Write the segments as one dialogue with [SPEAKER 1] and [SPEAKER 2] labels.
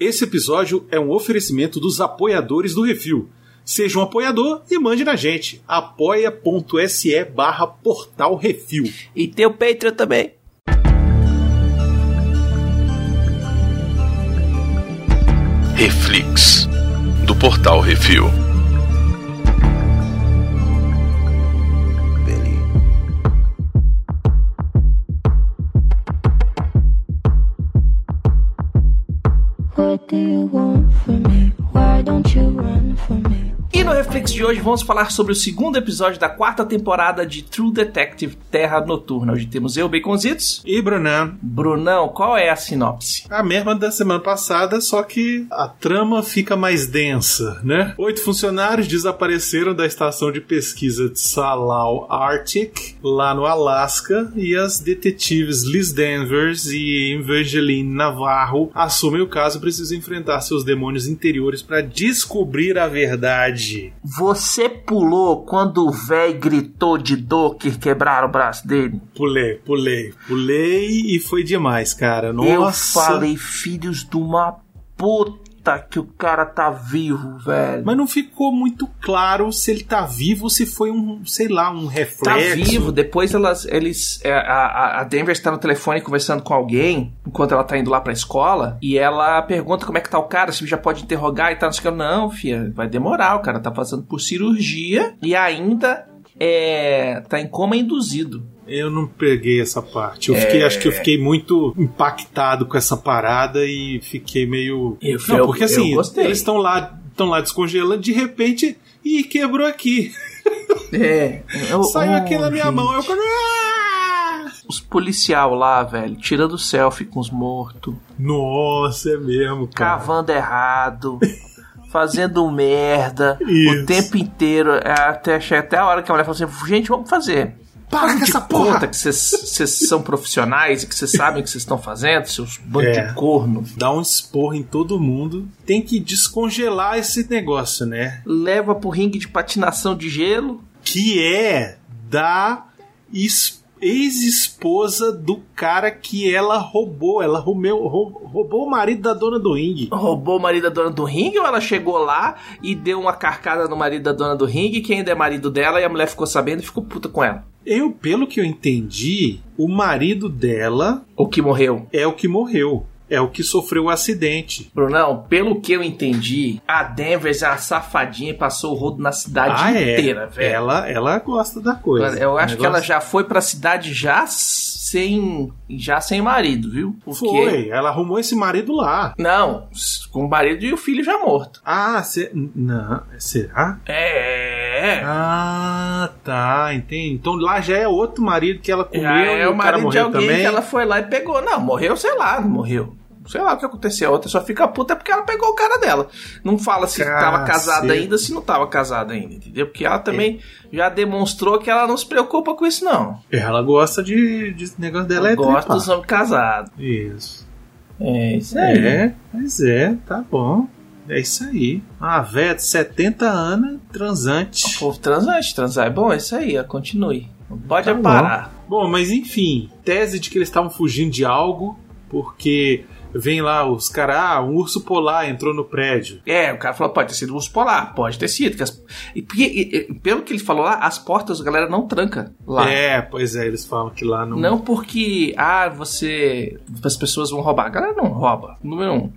[SPEAKER 1] Esse episódio é um oferecimento dos apoiadores do Refil. Seja um apoiador e mande na gente. apoia.se barra portal refil.
[SPEAKER 2] E tem o Patreon também.
[SPEAKER 3] Reflex do Portal Refil.
[SPEAKER 4] What do you want from me? Why don't you run from me?
[SPEAKER 2] E no Reflex de hoje vamos falar sobre o segundo episódio da quarta temporada de True Detective Terra Noturna, onde temos eu, Baconzitos.
[SPEAKER 1] E, Brunan,
[SPEAKER 2] Brunão, qual é a sinopse?
[SPEAKER 1] a mesma da semana passada, só que a trama fica mais densa, né? Oito funcionários desapareceram da estação de pesquisa de Salal Arctic, lá no Alasca, e as detetives Liz Danvers e Evangeline Navarro assumem o caso e precisam enfrentar seus demônios interiores para descobrir a verdade.
[SPEAKER 2] Você pulou quando o véi gritou de dor que quebraram o braço dele?
[SPEAKER 1] Pulei, pulei, pulei e foi demais, cara. Nossa.
[SPEAKER 2] Eu falei, filhos de uma puta, que o cara tá vivo, velho.
[SPEAKER 1] Mas não ficou muito claro se ele tá vivo ou se foi um, sei lá, um
[SPEAKER 2] Tá
[SPEAKER 1] reflexo.
[SPEAKER 2] vivo, depois elas, eles, é, a, a- a Denver tá no telefone conversando com alguém, enquanto ela tá indo lá pra escola, e ela pergunta como é que tá o cara, se já pode interrogar e tal, não sei o que. Não, filha, vai demorar, o cara tá passando por cirurgia e ainda é, tá em coma induzido.
[SPEAKER 1] Eu não peguei essa parte. Eu
[SPEAKER 2] É.
[SPEAKER 1] fiquei, acho que eu fiquei muito impactado com essa parada e fiquei meio.
[SPEAKER 2] Eu-
[SPEAKER 1] não,
[SPEAKER 2] eu-
[SPEAKER 1] porque
[SPEAKER 2] eu
[SPEAKER 1] assim,
[SPEAKER 2] gostei.
[SPEAKER 1] eles estão lá, estão lá descongelando, de repente. Ih, quebrou aqui.
[SPEAKER 2] É, eu-
[SPEAKER 1] Saiu aqui na minha
[SPEAKER 2] gente.
[SPEAKER 1] mão. Eu... Ah!
[SPEAKER 2] Os policial lá, velho, tirando selfie com os mortos,
[SPEAKER 1] Nossa, é mesmo, cara.
[SPEAKER 2] cavando errado, fazendo merda
[SPEAKER 1] Isso.
[SPEAKER 2] o tempo inteiro, é, até, che- até a hora que a mulher fala assim, gente, vamos fazer.
[SPEAKER 1] Para com
[SPEAKER 2] de
[SPEAKER 1] essa
[SPEAKER 2] conta
[SPEAKER 1] porra!
[SPEAKER 2] que vocês- vocês são profissionais e que vocês sabem o que vocês estão fazendo, seus bandos
[SPEAKER 1] É.
[SPEAKER 2] de corno.
[SPEAKER 1] Dá um esporro em todo mundo. Tem que descongelar esse negócio, né?
[SPEAKER 2] Leva pro ringue de patinação de gelo.
[SPEAKER 1] que é da es- ex-esposa do cara que ela roubou. Ela roubeu, rou- roubou o marido da dona do ringue.
[SPEAKER 2] Roubou o marido da dona do ringue ou ela chegou lá e deu uma carcada no marido da dona do ringue, que ainda é marido dela, e a mulher ficou sabendo e ficou puta com ela.
[SPEAKER 1] Eu, pelo que eu entendi, o marido dela
[SPEAKER 2] O que morreu?
[SPEAKER 1] é o que morreu. É o que sofreu o acidente.
[SPEAKER 2] Brunão, pelo que eu entendi, a Danvers é uma safadinha e passou o rodo na cidade inteira,
[SPEAKER 1] é.
[SPEAKER 2] velho.
[SPEAKER 1] Ela, ela gosta da coisa.
[SPEAKER 2] eu acho que ela
[SPEAKER 1] Negócio-
[SPEAKER 2] já foi pra cidade já sem, já sem marido, viu? Porque-
[SPEAKER 1] Foi, ela arrumou esse marido lá.
[SPEAKER 2] Não, com o marido e o filho já morto.
[SPEAKER 1] Ah, cê, não, será?
[SPEAKER 2] É, é.
[SPEAKER 1] Ah, tá, entendi. Então lá já é outro marido que ela comeu
[SPEAKER 2] Já
[SPEAKER 1] e
[SPEAKER 2] é
[SPEAKER 1] o, cara
[SPEAKER 2] o marido de
[SPEAKER 1] morreu
[SPEAKER 2] alguém
[SPEAKER 1] também.
[SPEAKER 2] que ela foi lá e pegou. Não, morreu, sei lá, não morreu. Sei lá o que aconteceu. A outra só fica puta porque ela pegou o cara dela. Não fala se
[SPEAKER 1] Caceta.
[SPEAKER 2] tava casada ainda, se não tava casada ainda, entendeu? Porque ela também
[SPEAKER 1] É.
[SPEAKER 2] já demonstrou que ela não se preocupa com isso, não.
[SPEAKER 1] Ela gosta de, de negócio dela
[SPEAKER 2] Ela
[SPEAKER 1] é
[SPEAKER 2] gosta
[SPEAKER 1] trepar.
[SPEAKER 2] dos homens casados.
[SPEAKER 1] Isso.
[SPEAKER 2] É, isso aí.
[SPEAKER 1] É, pois é, tá bom. É isso aí. Uma véia de 70 anos, transante.
[SPEAKER 2] Povo transante, transar é bom, é isso aí, ó, continue. Não pode
[SPEAKER 1] Tá
[SPEAKER 2] é
[SPEAKER 1] bom.
[SPEAKER 2] parar.
[SPEAKER 1] Bom, mas enfim, tese de que eles estavam fugindo de algo, porque vem lá os caras, ah, um urso polar entrou no prédio.
[SPEAKER 2] É, o cara falou, pode ter sido um urso polar, pode ter sido. que as- E, porque- e- e- pelo que ele falou lá, as portas a galera não tranca lá.
[SPEAKER 1] É, pois é, eles falam que lá não.
[SPEAKER 2] Não porque, ah, você. As pessoas vão roubar. A galera não rouba. Número um.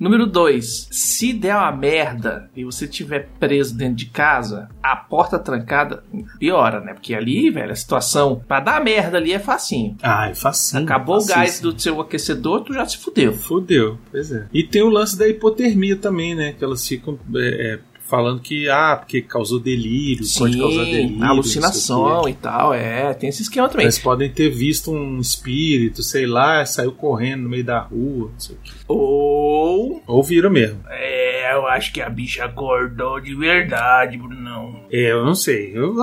[SPEAKER 2] Número dois, se der uma merda e você tiver preso dentro de casa, a porta trancada piora, né? Porque ali, velho, a situação pra dar merda ali é facinho.
[SPEAKER 1] Ah, é facinho.
[SPEAKER 2] Acabou o
[SPEAKER 1] facinho.
[SPEAKER 2] gás do seu aquecedor, tu já se fudeu.
[SPEAKER 1] Fudeu, pois é. E tem o lance da hipotermia também, né? Que elas ficam é, é, falando que, ah, porque causou delírio, pode causar delírio. não sei o quê.
[SPEAKER 2] alucinação e tal, é. Tem esse esquema também.
[SPEAKER 1] Eles podem ter visto um espírito, sei lá, saiu correndo no meio da rua, não sei o quê.
[SPEAKER 2] Ou.
[SPEAKER 1] Ou viram mesmo.
[SPEAKER 2] É, eu acho que a bicha acordou de verdade, Brunão.
[SPEAKER 1] É, eu não sei. Eu-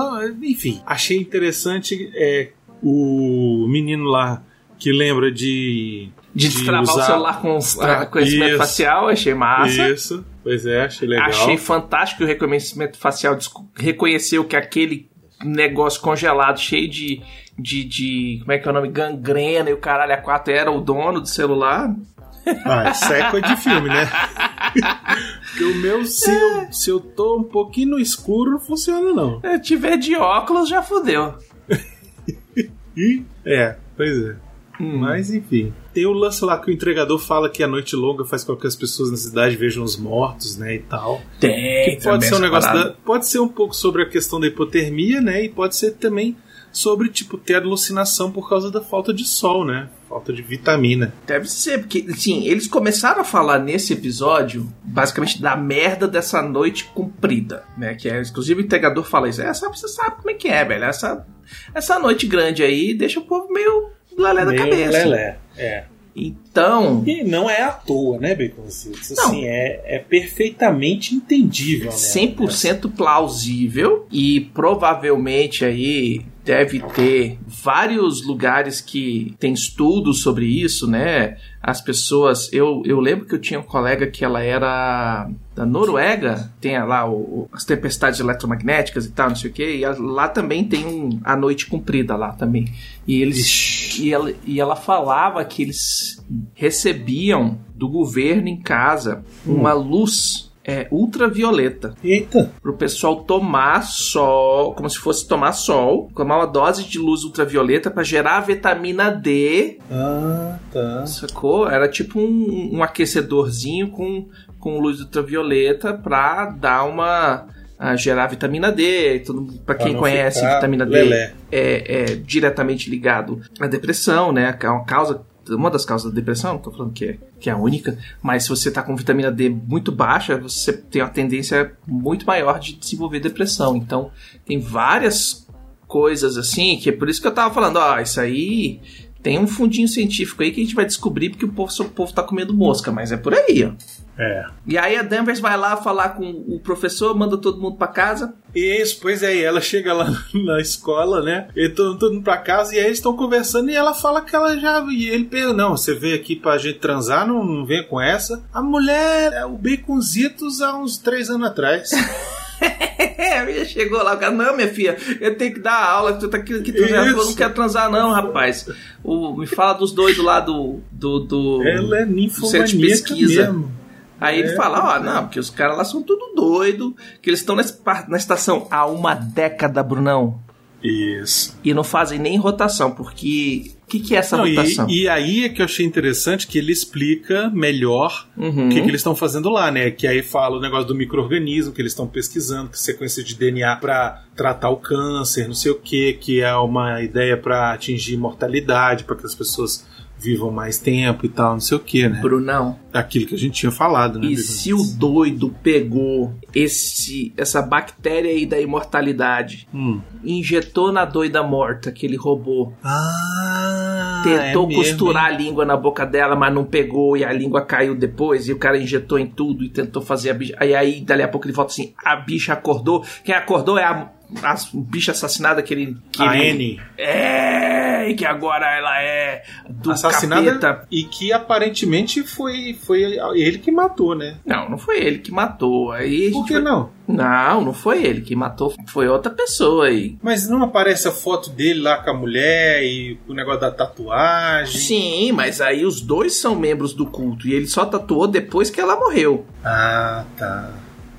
[SPEAKER 1] enfim, achei interessante é, o menino lá que lembra de.
[SPEAKER 2] De destravar
[SPEAKER 1] usar-
[SPEAKER 2] o celular com
[SPEAKER 1] Ah,
[SPEAKER 2] ah, conhecimento
[SPEAKER 1] isso.
[SPEAKER 2] facial, achei massa.
[SPEAKER 1] Isso, pois é, achei legal.
[SPEAKER 2] Achei fantástico o reconhecimento facial. desco- Reconheceu que aquele negócio congelado, cheio de. de, de como é que é o nome? Gangrena e o caralho a quatro era o dono do celular.
[SPEAKER 1] Ah, seco é de filme, né? Porque o meu, se eu, se eu tô um pouquinho no escuro, não funciona não.
[SPEAKER 2] Se tiver de óculos, já fudeu.
[SPEAKER 1] E, é, pois é. Mas enfim. Tem o lance lá que o entregador fala que a noite longa faz com que as pessoas na cidade vejam os mortos, né? E tal.
[SPEAKER 2] Tem,
[SPEAKER 1] Que pode ser um negócio da- pode ser um pouco sobre a questão da hipotermia, né? E pode ser também sobre tipo ter alucinação por causa da falta de sol, né? Falta de vitamina.
[SPEAKER 2] Deve ser, porque, assim, eles começaram a falar nesse episódio, basicamente, da merda dessa noite comprida, né? Que é, inclusive, o entregador fala isso. Essa, você sabe como é que é, velho. Essa, essa noite grande aí deixa o povo meio lelé da
[SPEAKER 1] Meio
[SPEAKER 2] cabeça.
[SPEAKER 1] Lelé. É.
[SPEAKER 2] Então,
[SPEAKER 1] E não é à toa, né, Baconzitos? Isso,
[SPEAKER 2] Não.
[SPEAKER 1] Assim, é, é perfeitamente entendível, né?
[SPEAKER 2] 100% plausível e provavelmente aí deve ter vários lugares que tem estudos sobre isso, né? As pessoas, eu, eu lembro que eu tinha um colega que ela era da Noruega, tem lá o- o- as tempestades eletromagnéticas e tal, não sei o que, e a- lá também tem um, a noite comprida lá também. E eles e ela, e ela falava que eles recebiam do governo em casa uma
[SPEAKER 1] Hum.
[SPEAKER 2] luz é, ultravioleta
[SPEAKER 1] Eita.
[SPEAKER 2] pro pessoal tomar sol, como se fosse tomar sol, tomar uma dose de luz ultravioleta pra gerar a vitamina D,
[SPEAKER 1] Ah, tá.
[SPEAKER 2] sacou? Era tipo um, um aquecedorzinho com, com luz ultravioleta pra dar uma. a gerar vitamina D. Tudo, pra
[SPEAKER 1] Pra
[SPEAKER 2] quem
[SPEAKER 1] não
[SPEAKER 2] conhece,
[SPEAKER 1] ficar
[SPEAKER 2] vitamina D
[SPEAKER 1] lelé.
[SPEAKER 2] é, é diretamente ligado à depressão, né? É uma causa. Uma das causas da depressão, não tô falando que é, que é a única, mas se você tá com vitamina D muito baixa, você tem uma tendência muito maior de desenvolver depressão. Então, tem várias coisas assim, que é por isso que eu tava falando, ó, isso aí tem um fundinho científico aí que a gente vai descobrir porque o povo, o povo tá comendo mosca, mas é por aí, ó.
[SPEAKER 1] É.
[SPEAKER 2] E aí a Danvers vai lá falar com o professor, manda todo mundo pra casa,
[SPEAKER 1] Isso, pois é, e ela chega lá na escola, né? E todo, todo mundo pra casa, e aí eles estão conversando, e ela fala que ela já. E ele pergunta: Não, você veio aqui pra gente transar, não, não venha com essa. A mulher é o Baconzitos há uns três anos atrás.
[SPEAKER 2] É, a menina chegou lá, o cara, não, minha filha, eu tenho que dar aula, tu tá aqui, que tu já
[SPEAKER 1] Isso.
[SPEAKER 2] falou, não quero transar, não, rapaz. O, me fala dos doidos lá do. do, do-
[SPEAKER 1] ela é
[SPEAKER 2] Centro de
[SPEAKER 1] ninfomaníaca
[SPEAKER 2] pesquisa.
[SPEAKER 1] mesmo.
[SPEAKER 2] Aí ele
[SPEAKER 1] é.
[SPEAKER 2] fala, ó, não, porque os caras lá são tudo doido, que eles estão na, espa- na estação há uma década, Brunão,
[SPEAKER 1] Isso.
[SPEAKER 2] e não fazem nem rotação, porque. O que, que é essa
[SPEAKER 1] Não,
[SPEAKER 2] rotação?
[SPEAKER 1] e, e aí é que eu achei interessante que ele explica melhor
[SPEAKER 2] Uhum.
[SPEAKER 1] o que, que eles estão fazendo lá, né? Que aí fala o negócio do microorganismo que eles estão pesquisando, que sequência de DNA para tratar o câncer, não sei o que, que é uma ideia para atingir imortalidade, para que as pessoas vivam mais tempo e tal, não sei o que, né?
[SPEAKER 2] Brunão,
[SPEAKER 1] Aquilo que a gente tinha falado, né?
[SPEAKER 2] e
[SPEAKER 1] Bigos?
[SPEAKER 2] se o doido pegou esse, essa bactéria aí da imortalidade,
[SPEAKER 1] Hum.
[SPEAKER 2] injetou na doida morta que ele roubou,
[SPEAKER 1] Ah,
[SPEAKER 2] Tentou
[SPEAKER 1] é mesmo,
[SPEAKER 2] costurar
[SPEAKER 1] hein?
[SPEAKER 2] a língua na boca dela, mas não pegou e a língua caiu depois. E o cara injetou em tudo e tentou fazer a bicha. Aí, aí dali a pouco ele volta assim: a bicha acordou. Quem acordou é a, a bicha assassinada que ele. Que
[SPEAKER 1] A
[SPEAKER 2] ele-
[SPEAKER 1] N.
[SPEAKER 2] É, e que agora ela é do
[SPEAKER 1] assassinada
[SPEAKER 2] capeta.
[SPEAKER 1] e que aparentemente foi, foi ele que matou, né?
[SPEAKER 2] Não, não foi ele que matou. Aí a
[SPEAKER 1] Por
[SPEAKER 2] gente
[SPEAKER 1] que
[SPEAKER 2] vai-
[SPEAKER 1] não?
[SPEAKER 2] Não, não foi ele que matou. Foi outra pessoa aí.
[SPEAKER 1] Mas não aparece a foto dele lá com a mulher e o negócio da tatuagem.
[SPEAKER 2] Sim, mas aí os dois são membros do culto e ele só tatuou depois que ela morreu.
[SPEAKER 1] Ah, tá.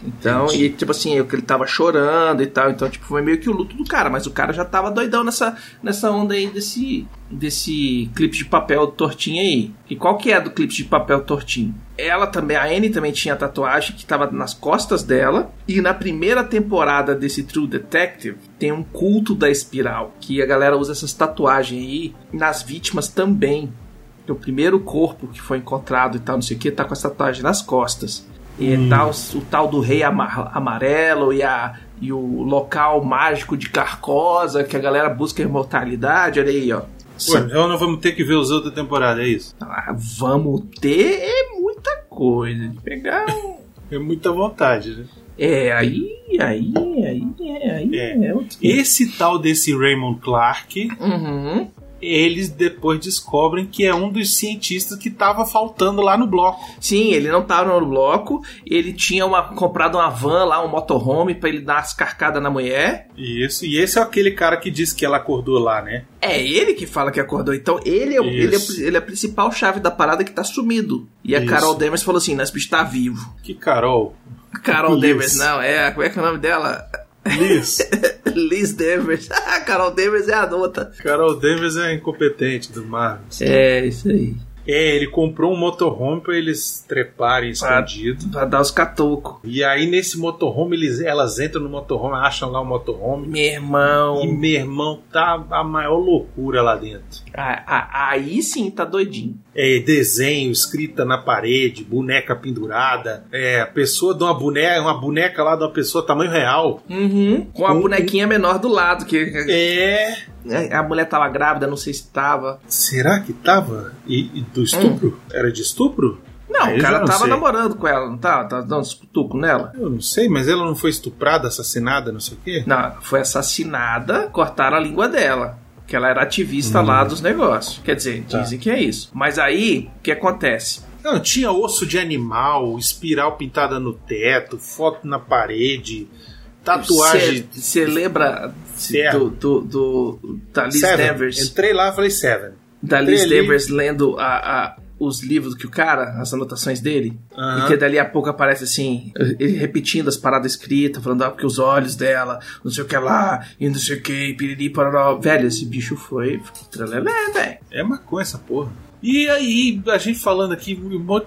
[SPEAKER 2] Então, e tipo assim, eu que ele tava chorando e tal, então tipo foi meio que o luto do cara, mas o cara já tava doidão nessa nessa onda aí desse desse clipe de papel tortinho aí. E qual que é a do clipe de papel tortinho? Ela também, a Anne também tinha tatuagem que tava nas costas dela, e na primeira temporada desse True Detective tem um culto da espiral, que a galera usa essas tatuagens aí nas vítimas também. Que O primeiro corpo que foi encontrado e tal, não sei o que, tá com essa tatuagem nas costas. E é tal, o tal do rei ama- amarelo e, a, e o local mágico de Carcosa, que a galera busca imortalidade, olha aí, ó.
[SPEAKER 1] Ué, então não vamos ter que ver os outros temporadas, é isso?
[SPEAKER 2] Ah, vamos ter é muita coisa. de Pegar. um-
[SPEAKER 1] É muita vontade, né?
[SPEAKER 2] É, aí, aí, aí, é, aí, é, outro.
[SPEAKER 1] Esse tal desse Raymond Clark,
[SPEAKER 2] Uhum.
[SPEAKER 1] eles depois descobrem que é um dos cientistas que tava faltando lá no bloco.
[SPEAKER 2] Sim, ele não tava no bloco, ele tinha uma- comprado uma van lá, um motorhome, pra ele dar as carcadas na mulher.
[SPEAKER 1] Isso, e esse é aquele cara que disse que ela acordou lá, né?
[SPEAKER 2] É ele que fala que acordou, então ele é, o- ele é,
[SPEAKER 1] Isso.
[SPEAKER 2] ele é a principal chave da parada que tá sumido. E a
[SPEAKER 1] Isso.
[SPEAKER 2] Carol Demers falou assim: nós bicho tá vivo.
[SPEAKER 1] Que Carol.
[SPEAKER 2] Carol
[SPEAKER 1] Liz.
[SPEAKER 2] Demers, não, é, como é que é o nome dela?
[SPEAKER 1] Liz.
[SPEAKER 2] Liz Demers. A Carol Demers é a nota.
[SPEAKER 1] Carol Davis é incompetente do Marvel.
[SPEAKER 2] É, isso aí.
[SPEAKER 1] É, ele comprou um motorhome pra eles treparem escondido.
[SPEAKER 2] Pra dar os catucos.
[SPEAKER 1] E aí, nesse motorhome, eles, elas entram no motorhome, acham lá o motorhome.
[SPEAKER 2] Meu irmão.
[SPEAKER 1] E meu irmão, tá a maior loucura lá dentro.
[SPEAKER 2] A- a- aí sim tá doidinho.
[SPEAKER 1] É, desenho, escrita na parede, boneca pendurada. É, a pessoa de uma boneca, uma boneca lá de uma pessoa tamanho real.
[SPEAKER 2] Uhum. Com a
[SPEAKER 1] Uhum.
[SPEAKER 2] bonequinha menor do lado, que né,
[SPEAKER 1] É.
[SPEAKER 2] a mulher tava grávida, não sei se tava.
[SPEAKER 1] Será que tava? E, e do estupro? Era de estupro?
[SPEAKER 2] Não,
[SPEAKER 1] Aí
[SPEAKER 2] o
[SPEAKER 1] eu já
[SPEAKER 2] cara
[SPEAKER 1] não
[SPEAKER 2] tava
[SPEAKER 1] sei.
[SPEAKER 2] namorando com ela, não tava? Tava dando uns cutucos nela?
[SPEAKER 1] Eu não sei, mas ela não foi estuprada, assassinada, não sei o quê?
[SPEAKER 2] Não, ela foi assassinada, cortaram a língua dela. Que ela era ativista lá dos negócios. Quer dizer,
[SPEAKER 1] Uhum. Tá.
[SPEAKER 2] dizem que é isso. Mas aí, o que acontece?
[SPEAKER 1] Não, tinha osso de animal, espiral pintada no teto, foto na parede, tatuagem.
[SPEAKER 2] Você lembra do,
[SPEAKER 1] Certo.
[SPEAKER 2] do, do- da Liz
[SPEAKER 1] Seven.
[SPEAKER 2] Devers?
[SPEAKER 1] Entrei lá e falei Seven.
[SPEAKER 2] Da Liz
[SPEAKER 1] Entrei ali.
[SPEAKER 2] Devers lendo a- a- os livros que o cara, as anotações dele.
[SPEAKER 1] Aham.
[SPEAKER 2] E que dali a pouco aparece assim, ele repetindo as paradas escritas, falando, ah, porque os olhos dela, não sei o que lá, e não sei o que, piriri, parará. Velho, esse bicho foi. Tralelé, velho.
[SPEAKER 1] É maconha essa porra. E aí, a gente falando aqui,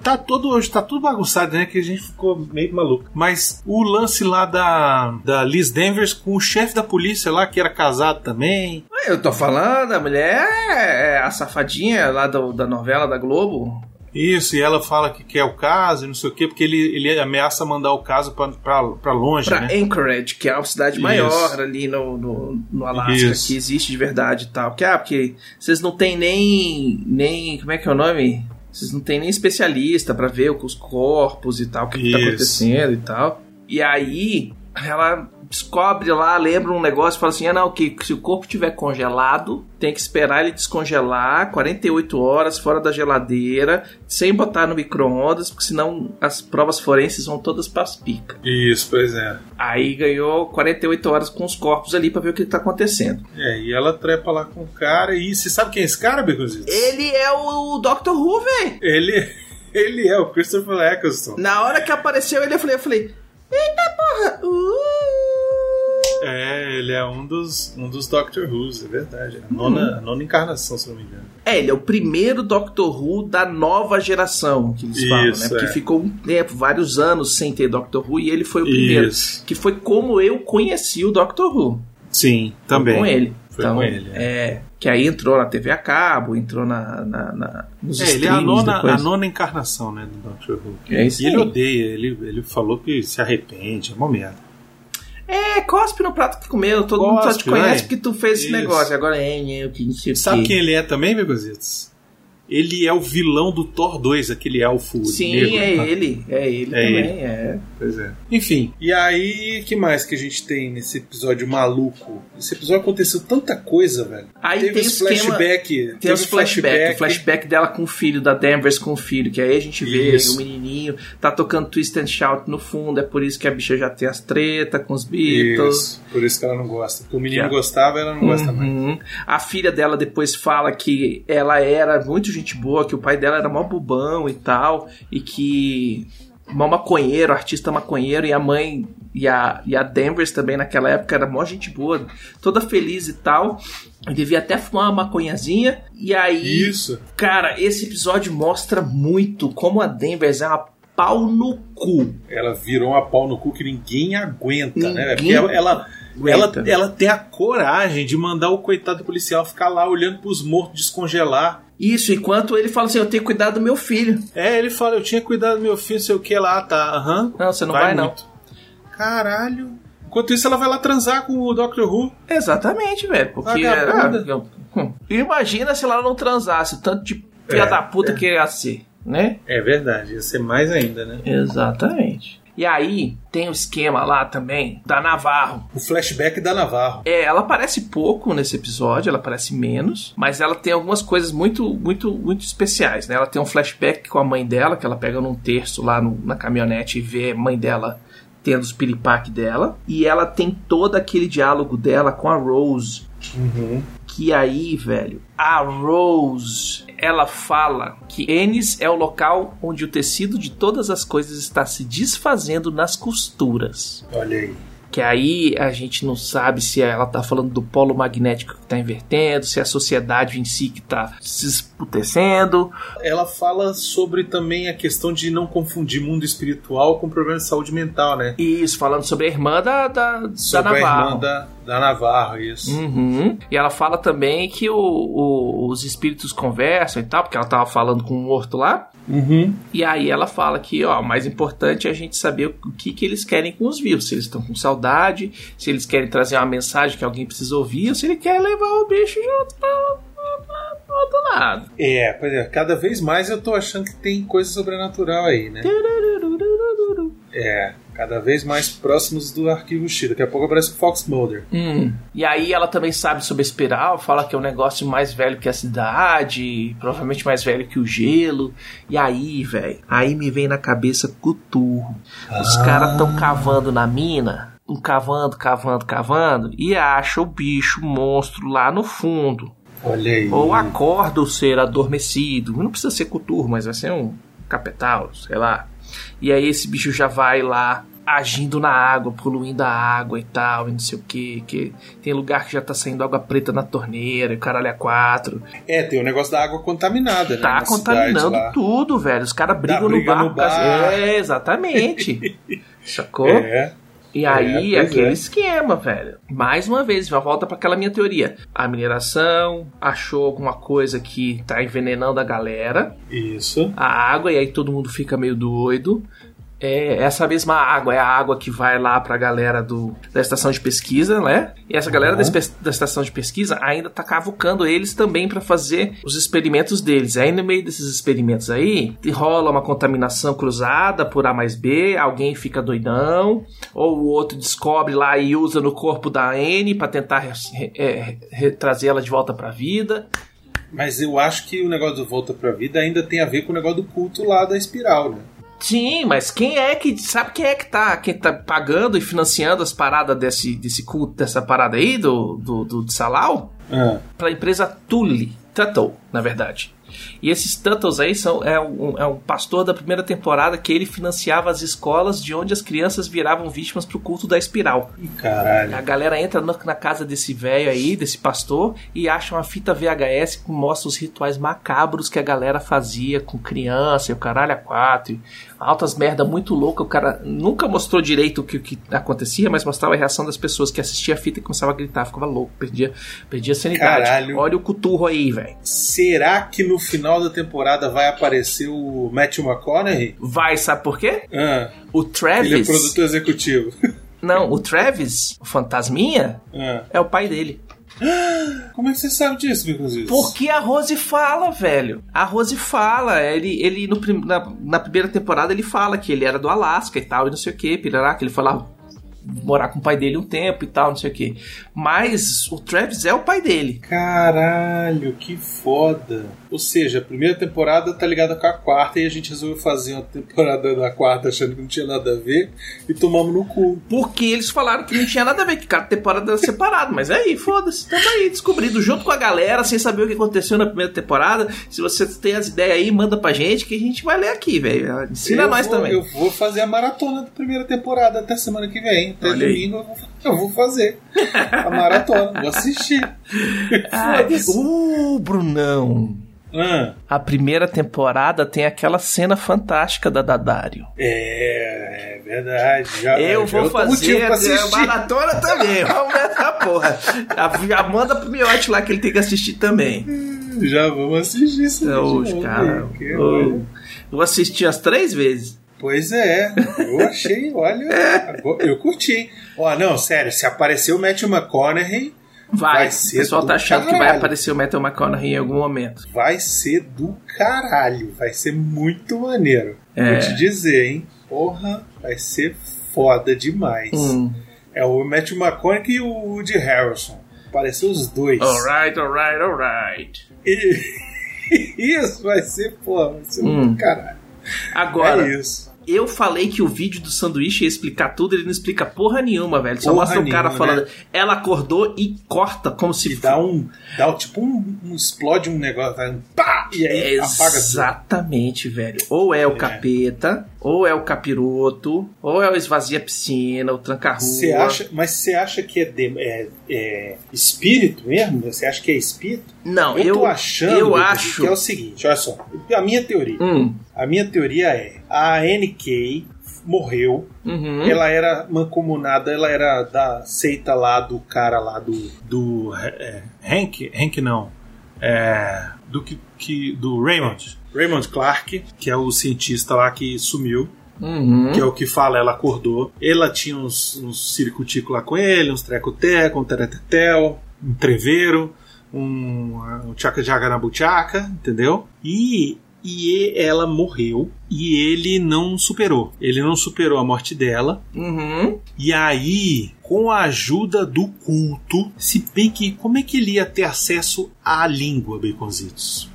[SPEAKER 1] tá todo hoje, tá tudo bagunçado, né? Que a gente ficou meio maluco. Mas o lance lá da, da Liz Danvers com o chefe da polícia lá, que era casado também.
[SPEAKER 2] Ah, Eu tô falando, a mulher é a safadinha lá do- da novela da Globo.
[SPEAKER 1] Isso, e ela fala que quer o caso e não sei o quê, porque ele, ele ameaça mandar o caso pra, pra, pra longe,
[SPEAKER 2] pra
[SPEAKER 1] né?
[SPEAKER 2] Anchorage, que é uma cidade
[SPEAKER 1] Isso.
[SPEAKER 2] maior ali no, no, no Alasca,
[SPEAKER 1] Isso.
[SPEAKER 2] que existe de verdade e tal. Que, ah, porque vocês não tem nem. nem. como é que é o nome? Vocês não tem nem especialista pra ver os corpos e tal, o que, que tá
[SPEAKER 1] Isso.
[SPEAKER 2] acontecendo e tal. E aí, ela descobre lá, lembra um negócio, fala assim: ah, não, que se o corpo tiver congelado, tem que esperar ele descongelar 48 horas fora da geladeira, sem botar no micro-ondas, porque senão as provas forenses vão todas pras picas.
[SPEAKER 1] Isso, pois é.
[SPEAKER 2] Aí ganhou 48 horas com os corpos ali pra ver o que, que tá acontecendo.
[SPEAKER 1] É, e ela trepa lá com o cara e você sabe quem é esse cara, Beconzitos?
[SPEAKER 2] Ele é o Dr. Who, velho.
[SPEAKER 1] Ele, ele é o Christopher Eccleston.
[SPEAKER 2] Na hora que apareceu ele, eu falei, eu falei, eita porra! uh."
[SPEAKER 1] É, ele é um dos, um dos Doctor Who's, é verdade. É a nona, a nona encarnação, se não me engano.
[SPEAKER 2] É, ele é o primeiro Dr. Who da nova geração, que eles falam, né?
[SPEAKER 1] Isso,
[SPEAKER 2] Porque
[SPEAKER 1] é.
[SPEAKER 2] ficou um tempo, vários anos sem ter Dr. Who e ele foi o primeiro.
[SPEAKER 1] Isso.
[SPEAKER 2] Que foi como eu conheci o Dr. Who.
[SPEAKER 1] Sim, também.
[SPEAKER 2] Com ele.
[SPEAKER 1] Foi É com ele,
[SPEAKER 2] É. que aí entrou na TV a cabo, entrou na, na, na- nos
[SPEAKER 1] É, ele é a
[SPEAKER 2] streams
[SPEAKER 1] nona,
[SPEAKER 2] da coisa.
[SPEAKER 1] a nona encarnação, né, do Doctor Who.
[SPEAKER 2] É isso
[SPEAKER 1] e ele
[SPEAKER 2] aí.
[SPEAKER 1] odeia, ele, ele falou que se arrepende, é uma merda.
[SPEAKER 2] É, cospe no prato que comeu, todo
[SPEAKER 1] Cospe,
[SPEAKER 2] mundo só te conhece
[SPEAKER 1] né?
[SPEAKER 2] porque tu fez esse
[SPEAKER 1] Isso.
[SPEAKER 2] negócio. Agora é, é, eu que não sei o
[SPEAKER 1] Sabe
[SPEAKER 2] quê.
[SPEAKER 1] quem ele é também, Beconzitos? Ele é o vilão do Thor 2, aquele elfo
[SPEAKER 2] Sim,
[SPEAKER 1] negro. tá?
[SPEAKER 2] é ele, é ele
[SPEAKER 1] É
[SPEAKER 2] também, é.
[SPEAKER 1] Pois é. Enfim, e aí, que mais que a gente tem nesse episódio maluco? Esse episódio aconteceu tanta coisa, velho.
[SPEAKER 2] Aí
[SPEAKER 1] teve
[SPEAKER 2] tem
[SPEAKER 1] os
[SPEAKER 2] o esquema-
[SPEAKER 1] flashback.
[SPEAKER 2] Tem
[SPEAKER 1] teve
[SPEAKER 2] os flashbacks, o flashback dela com o filho, da Danvers com o filho, que aí a gente vê
[SPEAKER 1] Isso.
[SPEAKER 2] o menininho, tá tocando Twist and Shout no fundo, é por isso que a bicha já tem as treta com os Beatles.
[SPEAKER 1] Isso, por isso que ela não gosta. Porque o menino
[SPEAKER 2] Yeah.
[SPEAKER 1] gostava, ela não gosta mais.
[SPEAKER 2] Uhum. A filha dela depois fala que ela era muito gente boa, que o pai dela era mó bobão e tal, e que mó maconheiro, artista maconheiro, e a mãe e a, e a Danvers também naquela época era mó gente boa, toda feliz e tal. Devia até fumar uma maconhazinha. E aí,
[SPEAKER 1] Isso.
[SPEAKER 2] cara, esse episódio mostra muito como a Danvers é uma pau no cu.
[SPEAKER 1] Ela virou uma pau no cu que ninguém aguenta, né? Porque
[SPEAKER 2] Ninguém
[SPEAKER 1] ela, ela, ela,
[SPEAKER 2] Aguenta.
[SPEAKER 1] ela tem a coragem de mandar o coitado policial ficar lá olhando pros mortos descongelar.
[SPEAKER 2] Isso, enquanto ele fala assim: eu tenho que cuidar do meu filho.
[SPEAKER 1] É, ele fala, eu tinha cuidado do meu filho, sei o que lá, tá, aham.
[SPEAKER 2] Não, você não vai, não.
[SPEAKER 1] muito. Caralho. Enquanto isso, ela vai lá transar com o Dr. Who.
[SPEAKER 2] Exatamente, velho. Porque. é,
[SPEAKER 1] Vagabunda.
[SPEAKER 2] ah, eu- hum. imagina se ela não transasse, o tanto de filha
[SPEAKER 1] É,
[SPEAKER 2] da puta que ia ser. né?
[SPEAKER 1] É verdade, ia ser mais ainda, né?
[SPEAKER 2] Exatamente. E aí tem o esquema lá também da Navarro.
[SPEAKER 1] O flashback da Navarro.
[SPEAKER 2] É, ela aparece pouco nesse episódio, ela aparece menos, mas ela tem algumas coisas muito, muito, muito especiais, né? Ela tem um flashback com a mãe dela, que ela pega num terço lá no- na caminhonete e vê a mãe dela tendo os piripaque dela. E ela tem todo aquele diálogo dela com a Rose, que aí, velho, a Rose, ela fala que Ennis é o local onde o tecido de todas as coisas está se desfazendo nas costuras.
[SPEAKER 1] Olha aí.
[SPEAKER 2] Que aí a gente não sabe se ela tá falando do polo magnético que tá invertendo, se é a sociedade em si que tá se esputecendo.
[SPEAKER 1] Ela fala sobre também a questão de não confundir mundo espiritual com problema de saúde mental, né?
[SPEAKER 2] E isso, falando sobre a irmã da, da, da
[SPEAKER 1] Sobre a
[SPEAKER 2] Navarro.
[SPEAKER 1] irmã da, da Navarro, isso.
[SPEAKER 2] Uhum. E ela fala também que o- o- os espíritos conversam e tal, porque ela tava falando com um morto lá.
[SPEAKER 1] Uhum.
[SPEAKER 2] E aí ela fala que, ó, o mais importante é a gente saber o que, que eles querem com os vivos. Se eles estão com saudade, se eles querem trazer uma mensagem que alguém precisa ouvir, ou se ele quer levar o bicho junto pra, pra- pra- pro outro lado.
[SPEAKER 1] É, pois é, cada vez mais eu tô achando que tem coisa sobrenatural aí, né? É, cada vez mais próximos do arquivo X. Daqui a pouco aparece o Fox Mulder.
[SPEAKER 2] Hum. E aí ela também sabe sobre a espiral, fala que é um negócio mais velho que a cidade, provavelmente mais velho que o gelo. E aí, velho, aí me vem na cabeça Cuturro. Os caras tão cavando na mina, um cavando, cavando, cavando, e acha o bicho monstro lá no fundo.
[SPEAKER 1] Olha aí.
[SPEAKER 2] Ou acorda o ser adormecido. Não precisa ser Cuturro, mas vai ser um capetal, sei lá. E aí esse bicho já vai lá agindo na água, poluindo a água e tal, e não sei o que, que tem lugar que já tá saindo água preta na torneira, e o caralho é quatro.
[SPEAKER 1] É, tem o negócio da água contaminada, né?
[SPEAKER 2] Tá
[SPEAKER 1] na cidade
[SPEAKER 2] contaminando
[SPEAKER 1] lá.
[SPEAKER 2] tudo, velho. Os caras brigam no
[SPEAKER 1] briga
[SPEAKER 2] barco.
[SPEAKER 1] no bar.
[SPEAKER 2] É, exatamente. Sacou?
[SPEAKER 1] É,
[SPEAKER 2] E
[SPEAKER 1] É,
[SPEAKER 2] aí,
[SPEAKER 1] pois
[SPEAKER 2] aquele
[SPEAKER 1] é.
[SPEAKER 2] esquema, velho. Mais uma vez, já volta pra aquela minha teoria. A mineração achou alguma coisa que tá envenenando a galera,
[SPEAKER 1] isso.
[SPEAKER 2] a água, e aí todo mundo fica meio doido. É, essa mesma água é a água que vai lá pra galera do, da estação de pesquisa, né? E essa galera da,
[SPEAKER 1] Uhum.
[SPEAKER 2] espe- da estação de pesquisa ainda tá cavucando eles também pra fazer os experimentos deles. Aí no meio desses experimentos aí, rola uma contaminação cruzada por A mais B, alguém fica doidão, ou o outro descobre lá e usa no corpo da N pra tentar re- re- re- trazer ela de volta pra vida.
[SPEAKER 1] Mas eu acho que o negócio do Volta pra Vida ainda tem a ver com o negócio do culto lá da espiral, né?
[SPEAKER 2] Sim, mas quem é que. Sabe quem é que tá, quem tá pagando e financiando as paradas desse, desse culto, dessa parada aí do, do, do, de Salau?
[SPEAKER 1] Ah,
[SPEAKER 2] Pra empresa Tully, Tuttle, na verdade. E esses Tuttles aí são, é, um, é um pastor da primeira temporada que ele financiava as escolas de onde as crianças viravam vítimas pro culto da espiral.
[SPEAKER 1] ih, caralho.
[SPEAKER 2] A galera entra na, na casa desse velho aí, desse pastor, e acha uma fita VHS que mostra os rituais macabros que a galera fazia com criança e o caralho a quatro. e Altas merda muito louca. O cara nunca mostrou direito o que, o que acontecia, mas mostrava a reação das pessoas que assistiam a fita e começava a gritar, ficava louco, perdia, perdia a sanidade.
[SPEAKER 1] Caralho.
[SPEAKER 2] Olha o cuturro aí, velho.
[SPEAKER 1] Será que no final da temporada vai aparecer o Matthew McConaughey?
[SPEAKER 2] Vai, sabe por quê?
[SPEAKER 1] Ah,
[SPEAKER 2] O
[SPEAKER 1] ele é
[SPEAKER 2] Travis.
[SPEAKER 1] produtor executivo.
[SPEAKER 2] Não, o Travis, o fantasminha,
[SPEAKER 1] Ah,
[SPEAKER 2] é o pai dele.
[SPEAKER 1] Como é que você sabe disso, Microsoft?
[SPEAKER 2] Porque a Rose fala, velho. A Rose fala. Ele, ele no prim- na, na primeira temporada, ele fala que ele era do Alasca e tal, e não sei o que, pirará, que ele foi lá morar com o pai dele um tempo e tal, não sei o que. Mas o Travis é o pai dele.
[SPEAKER 1] Caralho, que foda. Ou seja, a primeira temporada tá ligada com a quarta e a gente resolveu fazer uma temporada da quarta achando que não tinha nada a ver e tomamos no cu.
[SPEAKER 2] Porque eles falaram que não tinha nada a ver, que cada temporada era separado. Mas é aí, foda-se, tamo aí descobrindo junto com a galera, sem saber o que aconteceu na primeira temporada. Se você tem as ideias aí, manda pra gente que a gente vai ler aqui, velho. Ensina
[SPEAKER 1] eu
[SPEAKER 2] nós
[SPEAKER 1] vou,
[SPEAKER 2] é também.
[SPEAKER 1] Eu vou fazer a maratona da primeira temporada até semana que vem. Até
[SPEAKER 2] Olha aí.
[SPEAKER 1] domingo eu vou- eu vou fazer a maratona. vou assistir.
[SPEAKER 2] Ah,
[SPEAKER 1] Foda-se.
[SPEAKER 2] uh, Brunão.
[SPEAKER 1] Ah,
[SPEAKER 2] A primeira temporada tem aquela cena fantástica da Dadário.
[SPEAKER 1] é, é verdade. Já,
[SPEAKER 2] Eu
[SPEAKER 1] já é
[SPEAKER 2] vou
[SPEAKER 1] outro motivo
[SPEAKER 2] fazer
[SPEAKER 1] pra
[SPEAKER 2] a
[SPEAKER 1] assistir.
[SPEAKER 2] maratona também. Vamos nessa porra. A- Já manda pro Miote lá que ele tem que assistir também. Então,
[SPEAKER 1] Já vamos assistir isso. aí de
[SPEAKER 2] Hoje,
[SPEAKER 1] novo,
[SPEAKER 2] É, cara.
[SPEAKER 1] hein, que
[SPEAKER 5] é
[SPEAKER 1] olha.
[SPEAKER 2] Eu Vou assistir as três vezes.
[SPEAKER 1] Pois é, eu achei, olha, agora- eu curti, hein? Ó, não, sério, se aparecer o Matthew McConaughey,
[SPEAKER 2] Vai.
[SPEAKER 5] Vai
[SPEAKER 2] o
[SPEAKER 5] ser
[SPEAKER 2] pessoal
[SPEAKER 5] do
[SPEAKER 2] tá achando que vai
[SPEAKER 5] caralho.
[SPEAKER 2] aparecer o Metal McConaughey em algum momento.
[SPEAKER 5] Vai ser do caralho. Vai ser muito maneiro.
[SPEAKER 2] É.
[SPEAKER 5] Vou te dizer, hein? Porra, vai ser foda demais.
[SPEAKER 2] Hum.
[SPEAKER 5] É o Matthew McConaughey e o Woody Harrelson. Apareceu os dois.
[SPEAKER 2] Alright, alright, alright.
[SPEAKER 5] E... isso vai ser, porra, vai ser
[SPEAKER 2] Hum.
[SPEAKER 5] do caralho.
[SPEAKER 2] Agora,
[SPEAKER 5] é isso.
[SPEAKER 2] eu falei que o vídeo do sanduíche ia explicar tudo, ele não explica porra nenhuma, velho. Só
[SPEAKER 5] Porra
[SPEAKER 2] mostra o cara
[SPEAKER 5] nenhuma,
[SPEAKER 2] falando. Ela acordou e corta como se
[SPEAKER 5] E dá um. Dá tipo um, um- explode um negócio, tá? Um pá! E aí apaga tudo.
[SPEAKER 2] Exatamente, velho. Ou é o
[SPEAKER 5] É.
[SPEAKER 2] capeta, ou é o capiroto, ou é o esvazia piscina, o tranca-rua.
[SPEAKER 5] Você acha, mas você acha que é, de- é- é espírito mesmo? Você acha que é espírito?
[SPEAKER 2] Não, eu,
[SPEAKER 5] eu tô achando
[SPEAKER 2] eu
[SPEAKER 5] David,
[SPEAKER 2] acho.
[SPEAKER 5] que é o seguinte, olha só. A minha teoria.
[SPEAKER 2] Hum,
[SPEAKER 5] A minha teoria é: a NK morreu,
[SPEAKER 1] Hum?
[SPEAKER 2] uhum.
[SPEAKER 5] ela era mancomunada, ela era da seita lá do cara lá do.
[SPEAKER 1] Do é, é, Hank? Hank não. É. Do que, que. Do Raymond. Raymond Clark, que é o cientista lá que sumiu.
[SPEAKER 2] Uhum.
[SPEAKER 1] que é o que fala, ela acordou. Ela tinha uns, uns ciricutico lá com ele, uns trecoteco, um teretetel, um treveiro, um, um tchaca-jaca na buchaca, entendeu? E, e ela morreu e ele não superou. Ele não superou a morte dela.
[SPEAKER 2] Uhum.
[SPEAKER 1] E aí, com a ajuda do culto, se bem que como é que ele ia ter acesso à língua, Baconzitos?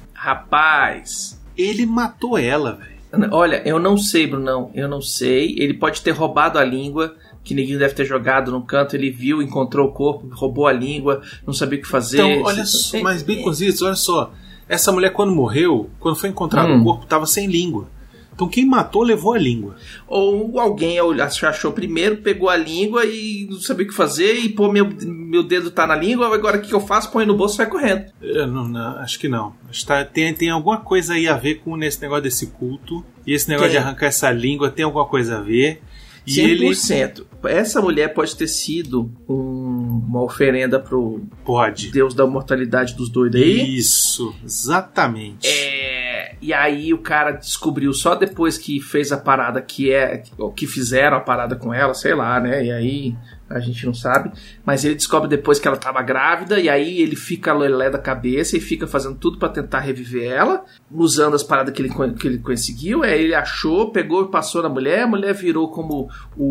[SPEAKER 2] Rapaz.
[SPEAKER 1] Ele matou ela, velho.
[SPEAKER 2] Olha, eu não sei, Brunão. Eu não sei. Ele pode ter roubado a língua, que ninguém deve ter jogado num canto. Ele viu, encontrou o corpo, roubou a língua, não sabia o que fazer.
[SPEAKER 1] Então, olha
[SPEAKER 2] é-
[SPEAKER 1] só, mas Baconzitos, olha só. Essa mulher, quando morreu, quando foi encontrado
[SPEAKER 2] Hum.
[SPEAKER 1] o corpo, tava sem língua. Então, quem matou levou a língua.
[SPEAKER 2] Ou alguém achou primeiro, pegou a língua e não sabia o que fazer, e pô, meu, meu dedo tá na língua, agora o que que eu faço? Põe no bolso e vai correndo.
[SPEAKER 1] Eu não- não, acho que não. Acho que tá- tem, tem alguma coisa aí a ver com esse negócio desse culto. E esse negócio
[SPEAKER 2] Tem. é
[SPEAKER 1] de arrancar essa língua tem alguma coisa a ver. E ele.
[SPEAKER 2] 100%. Essa mulher pode ter sido um- uma oferenda pro
[SPEAKER 1] Pode.
[SPEAKER 2] deus da mortalidade dos doidos aí.
[SPEAKER 1] Isso, exatamente.
[SPEAKER 2] É, e aí o cara descobriu só depois que fez a parada que é ou que fizeram a parada com ela, sei lá, né? E aí a gente não sabe, mas ele descobre depois que ela tava grávida e aí ele fica lelé da cabeça e fica fazendo tudo pra tentar reviver ela, usando as paradas que ele con- que ele conseguiu. Aí ele achou, pegou e passou na mulher, a mulher virou como o,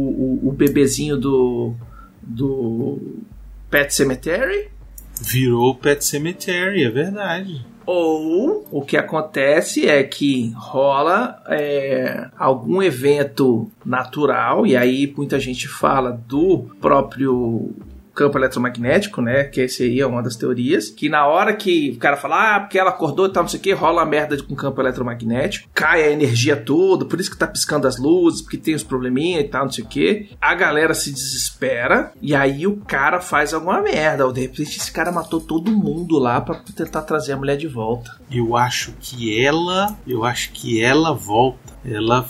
[SPEAKER 2] o, o bebezinho do do Pet Cemetery.
[SPEAKER 1] Virou o Pet Cemetery, é verdade.
[SPEAKER 2] Ou o que acontece é que rola é, algum evento natural, e aí muita gente fala do próprio campo eletromagnético, né? Que esse aí é uma das teorias. Que na hora que o cara fala, ah, porque ela acordou e tal, não sei o que, rola a merda de- com campo eletromagnético, cai a energia toda, por isso que tá piscando as luzes, porque tem os probleminha e tal, não sei o que. A galera se desespera e aí o cara faz alguma merda. Ou de repente esse cara matou todo mundo lá pra tentar trazer a mulher de volta.
[SPEAKER 1] Eu acho que ela. Eu acho que ela volta. Ela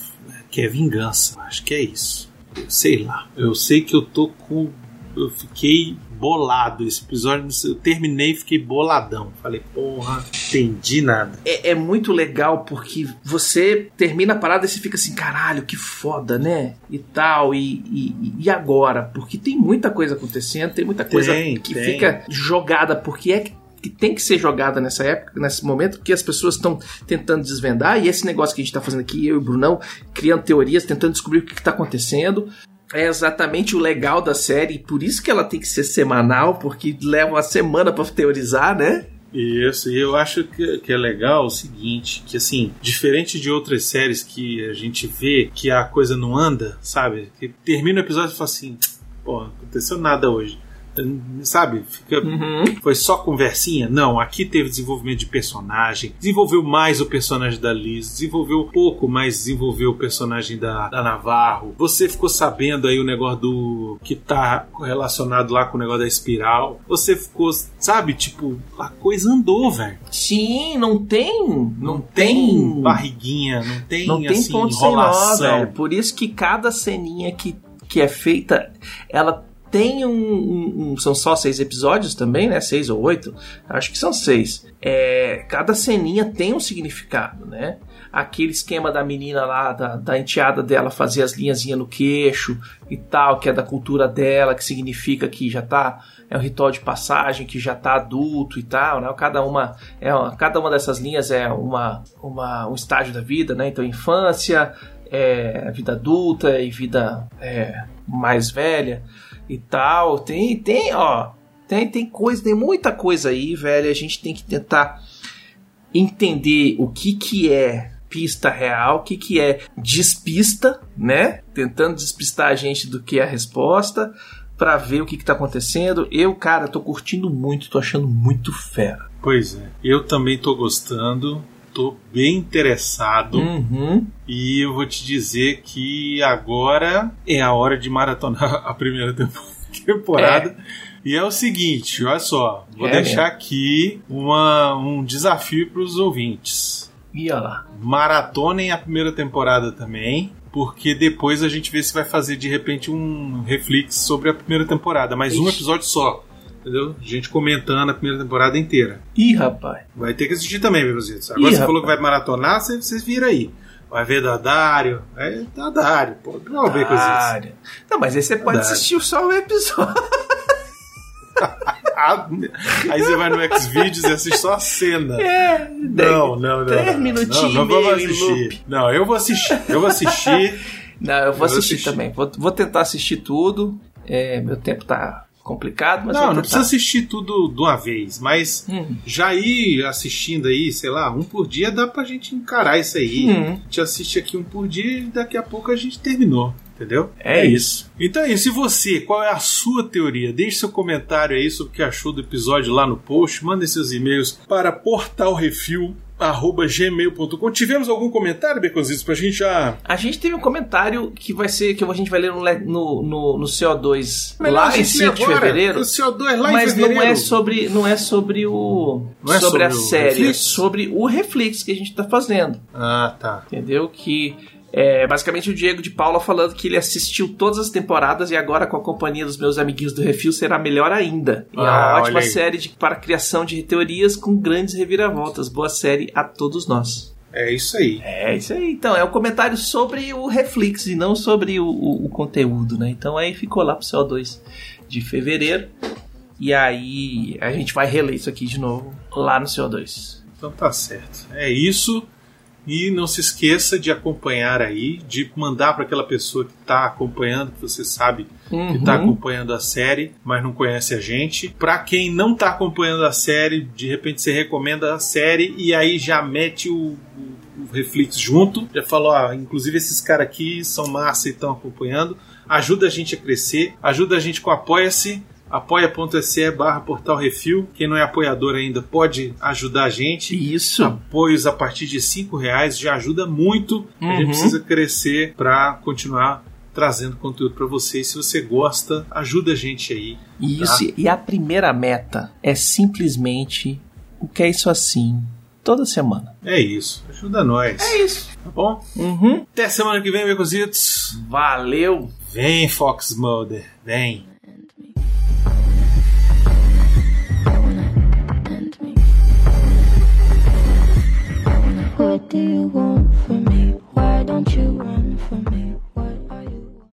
[SPEAKER 1] quer vingança. Acho que é isso. Eu sei lá. Eu sei que eu tô com. Eu fiquei bolado esse episódio. Eu terminei e fiquei boladão. Falei, porra, entendi nada.
[SPEAKER 2] É, é muito legal porque você termina a parada e você fica assim, caralho, que foda, né? E tal, e, e, e agora? Porque tem muita coisa acontecendo, tem muita coisa
[SPEAKER 1] Tem,
[SPEAKER 2] que
[SPEAKER 1] tem.
[SPEAKER 2] fica jogada, porque é que. Que tem que ser jogada nessa época, nesse momento, porque as pessoas estão tentando desvendar, e esse negócio que a gente tá fazendo aqui, eu e o Brunão, criando teorias, tentando descobrir o que, que tá acontecendo. É exatamente o legal da série, e por isso que ela tem que ser semanal, porque leva uma semana pra teorizar, né?
[SPEAKER 1] Isso, e eu acho que, que é legal o seguinte, que assim, diferente de outras séries que a gente vê que a coisa não anda, sabe? Que termina o episódio e fala assim, pô, não aconteceu nada hoje. Sabe? Fica,
[SPEAKER 2] Uhum.
[SPEAKER 1] Foi só conversinha? Não, aqui teve desenvolvimento de personagem, desenvolveu mais o personagem da Liz, desenvolveu um pouco, mas desenvolveu o personagem da, da Navarro. Você ficou sabendo aí o negócio do. que tá relacionado lá com o negócio da espiral. Você ficou, sabe, tipo, a coisa andou, velho.
[SPEAKER 2] Sim, não tem. Não
[SPEAKER 1] Tem
[SPEAKER 2] tem.
[SPEAKER 1] barriguinha, não tem,
[SPEAKER 2] Não tem
[SPEAKER 1] assim,
[SPEAKER 2] ponto sem nó, velho.
[SPEAKER 1] enrolação.
[SPEAKER 2] Por isso que cada ceninha que, que é feita, ela tem um, um- um- São só seis episódios também, né? Seis ou oito. Acho que são seis. É, cada ceninha tem um significado, né? aquele esquema da menina lá, da, da enteada dela fazer as linhazinhas no queixo e tal, que é da cultura dela, que significa que já tá. É um ritual de passagem que já tá adulto e tal, né? Cada uma, é uma- cada uma dessas linhas é uma, uma, um estágio da vida, né? Então, infância, é, vida adulta e vida é, mais velha e tal. Tem, tem, ó. Tem, tem coisa, tem muita coisa aí, velho. A gente tem que tentar entender o que que é pista real, o que que é despista, né? Tentando despistar a gente do que é a resposta pra ver o que que tá acontecendo. Eu, cara, tô curtindo muito, tô achando muito fera.
[SPEAKER 1] Pois é. Eu também tô gostando, tô bem interessado.
[SPEAKER 2] Uhum.
[SPEAKER 1] E eu vou te dizer que agora é a hora de maratonar a primeira tempo- temporada. E é o seguinte, olha só, vou
[SPEAKER 2] É
[SPEAKER 1] deixar aqui uma- um desafio para os ouvintes.
[SPEAKER 2] E olha lá.
[SPEAKER 1] Maratonem a primeira temporada também, porque depois a gente vê se vai fazer de repente um reflex sobre a primeira temporada, mas um
[SPEAKER 2] Ixi.
[SPEAKER 1] episódio só, entendeu? A gente comentando a primeira temporada inteira.
[SPEAKER 2] Ih, rapaz.
[SPEAKER 1] Vai ter que assistir também, meu vocês. Agora
[SPEAKER 2] Ih,
[SPEAKER 1] você
[SPEAKER 2] rapaz.
[SPEAKER 1] falou que vai maratonar, você, vocês viram aí. Vai ver Dadário. É Dadário, pô. Não vai ver coisas.
[SPEAKER 2] Cara. Não, mas aí você pode
[SPEAKER 1] Verdade.
[SPEAKER 2] assistir só o episódio.
[SPEAKER 1] Ah, aí você vai no Xvideos e assiste só a cena.
[SPEAKER 2] É,
[SPEAKER 1] Não, não, não.
[SPEAKER 2] três
[SPEAKER 1] não, Não,
[SPEAKER 2] minutinhos
[SPEAKER 1] não
[SPEAKER 2] e meio
[SPEAKER 1] vamos
[SPEAKER 2] em
[SPEAKER 1] assistir. Não, eu vou assistir. Eu vou assistir.
[SPEAKER 2] Não, eu
[SPEAKER 1] Eu vou
[SPEAKER 2] vou assistir,
[SPEAKER 1] assistir.
[SPEAKER 2] também. Vou, vou tentar assistir tudo. É, meu tempo tá complicado, mas
[SPEAKER 1] não,
[SPEAKER 2] vou
[SPEAKER 1] não precisa
[SPEAKER 2] tentar.
[SPEAKER 1] assistir tudo de uma vez, mas
[SPEAKER 2] Hum.
[SPEAKER 1] já ir assistindo aí, sei lá, um por dia dá pra gente encarar isso aí.
[SPEAKER 2] Hum.
[SPEAKER 1] A gente assiste aqui um por dia e daqui a pouco a gente terminou, entendeu?
[SPEAKER 2] É isso.
[SPEAKER 1] Então é isso. E você, qual é a sua teoria? Deixe seu comentário aí sobre o que achou do episódio lá no post. Mandem seus e-mails para portalrefil.gmail.com. Tivemos algum comentário, Beconzitos, pra gente já.
[SPEAKER 2] A gente teve um comentário que vai ser que a gente vai ler no, le- no, no, no CO2
[SPEAKER 1] Melhor a
[SPEAKER 2] lá em
[SPEAKER 1] gente ler
[SPEAKER 2] 5 de
[SPEAKER 1] agora,
[SPEAKER 2] fevereiro.
[SPEAKER 1] O CO2 lá em
[SPEAKER 2] mas
[SPEAKER 1] fevereiro.
[SPEAKER 2] não é sobre não é sobre o
[SPEAKER 1] Não é
[SPEAKER 2] sobre, a
[SPEAKER 1] sobre o
[SPEAKER 2] série,
[SPEAKER 1] Reflex?
[SPEAKER 2] é sobre o reflexo que a gente tá fazendo,
[SPEAKER 1] Ah, tá.
[SPEAKER 2] entendeu? Que é basicamente o Diego de Paula falando que ele assistiu todas as temporadas e agora com a companhia dos meus amiguinhos do Refil será melhor ainda. E é
[SPEAKER 1] Ah,
[SPEAKER 2] uma
[SPEAKER 1] olha
[SPEAKER 2] ótima
[SPEAKER 1] aí.
[SPEAKER 2] série de, para criação de teorias com grandes reviravoltas. Boa série a todos nós.
[SPEAKER 1] É isso aí.
[SPEAKER 2] É isso aí, então. É um comentário sobre o Reflex e não sobre o, o- o conteúdo, né? Então aí ficou lá pro CO2 de fevereiro. E aí a gente vai reler isso aqui de novo lá no CO2.
[SPEAKER 1] Então tá certo. É isso. E não se esqueça de acompanhar aí, de mandar para aquela pessoa que está acompanhando, que você sabe
[SPEAKER 2] Uhum.
[SPEAKER 1] que
[SPEAKER 2] Tá
[SPEAKER 1] está acompanhando a série, mas não conhece a gente. Para quem não está acompanhando a série, de repente você recomenda a série e aí já mete o, o, o Reflex junto. Já falou, ó, inclusive esses caras aqui são massa e estão acompanhando. Ajuda a gente a crescer, ajuda a gente com Apoia-se apoia.se barra portal refil. Quem não é apoiador ainda pode ajudar a gente
[SPEAKER 2] Isso.
[SPEAKER 1] apoios Ah, a partir de cinco reais já ajuda muito. A gente
[SPEAKER 2] Uhum.
[SPEAKER 1] precisa crescer para continuar trazendo conteúdo para vocês. Se você gosta, ajuda a gente aí.
[SPEAKER 2] Isso. E a primeira meta é simplesmente o que é isso assim toda semana.
[SPEAKER 1] É isso. Ajuda nós. É
[SPEAKER 2] isso.
[SPEAKER 1] Tá bom?
[SPEAKER 2] Uhum.
[SPEAKER 1] Até semana que vem, Becositos.
[SPEAKER 2] Valeu.
[SPEAKER 1] Vem, Fox Mulder. Vem.
[SPEAKER 4] I wanna end me. What do you want from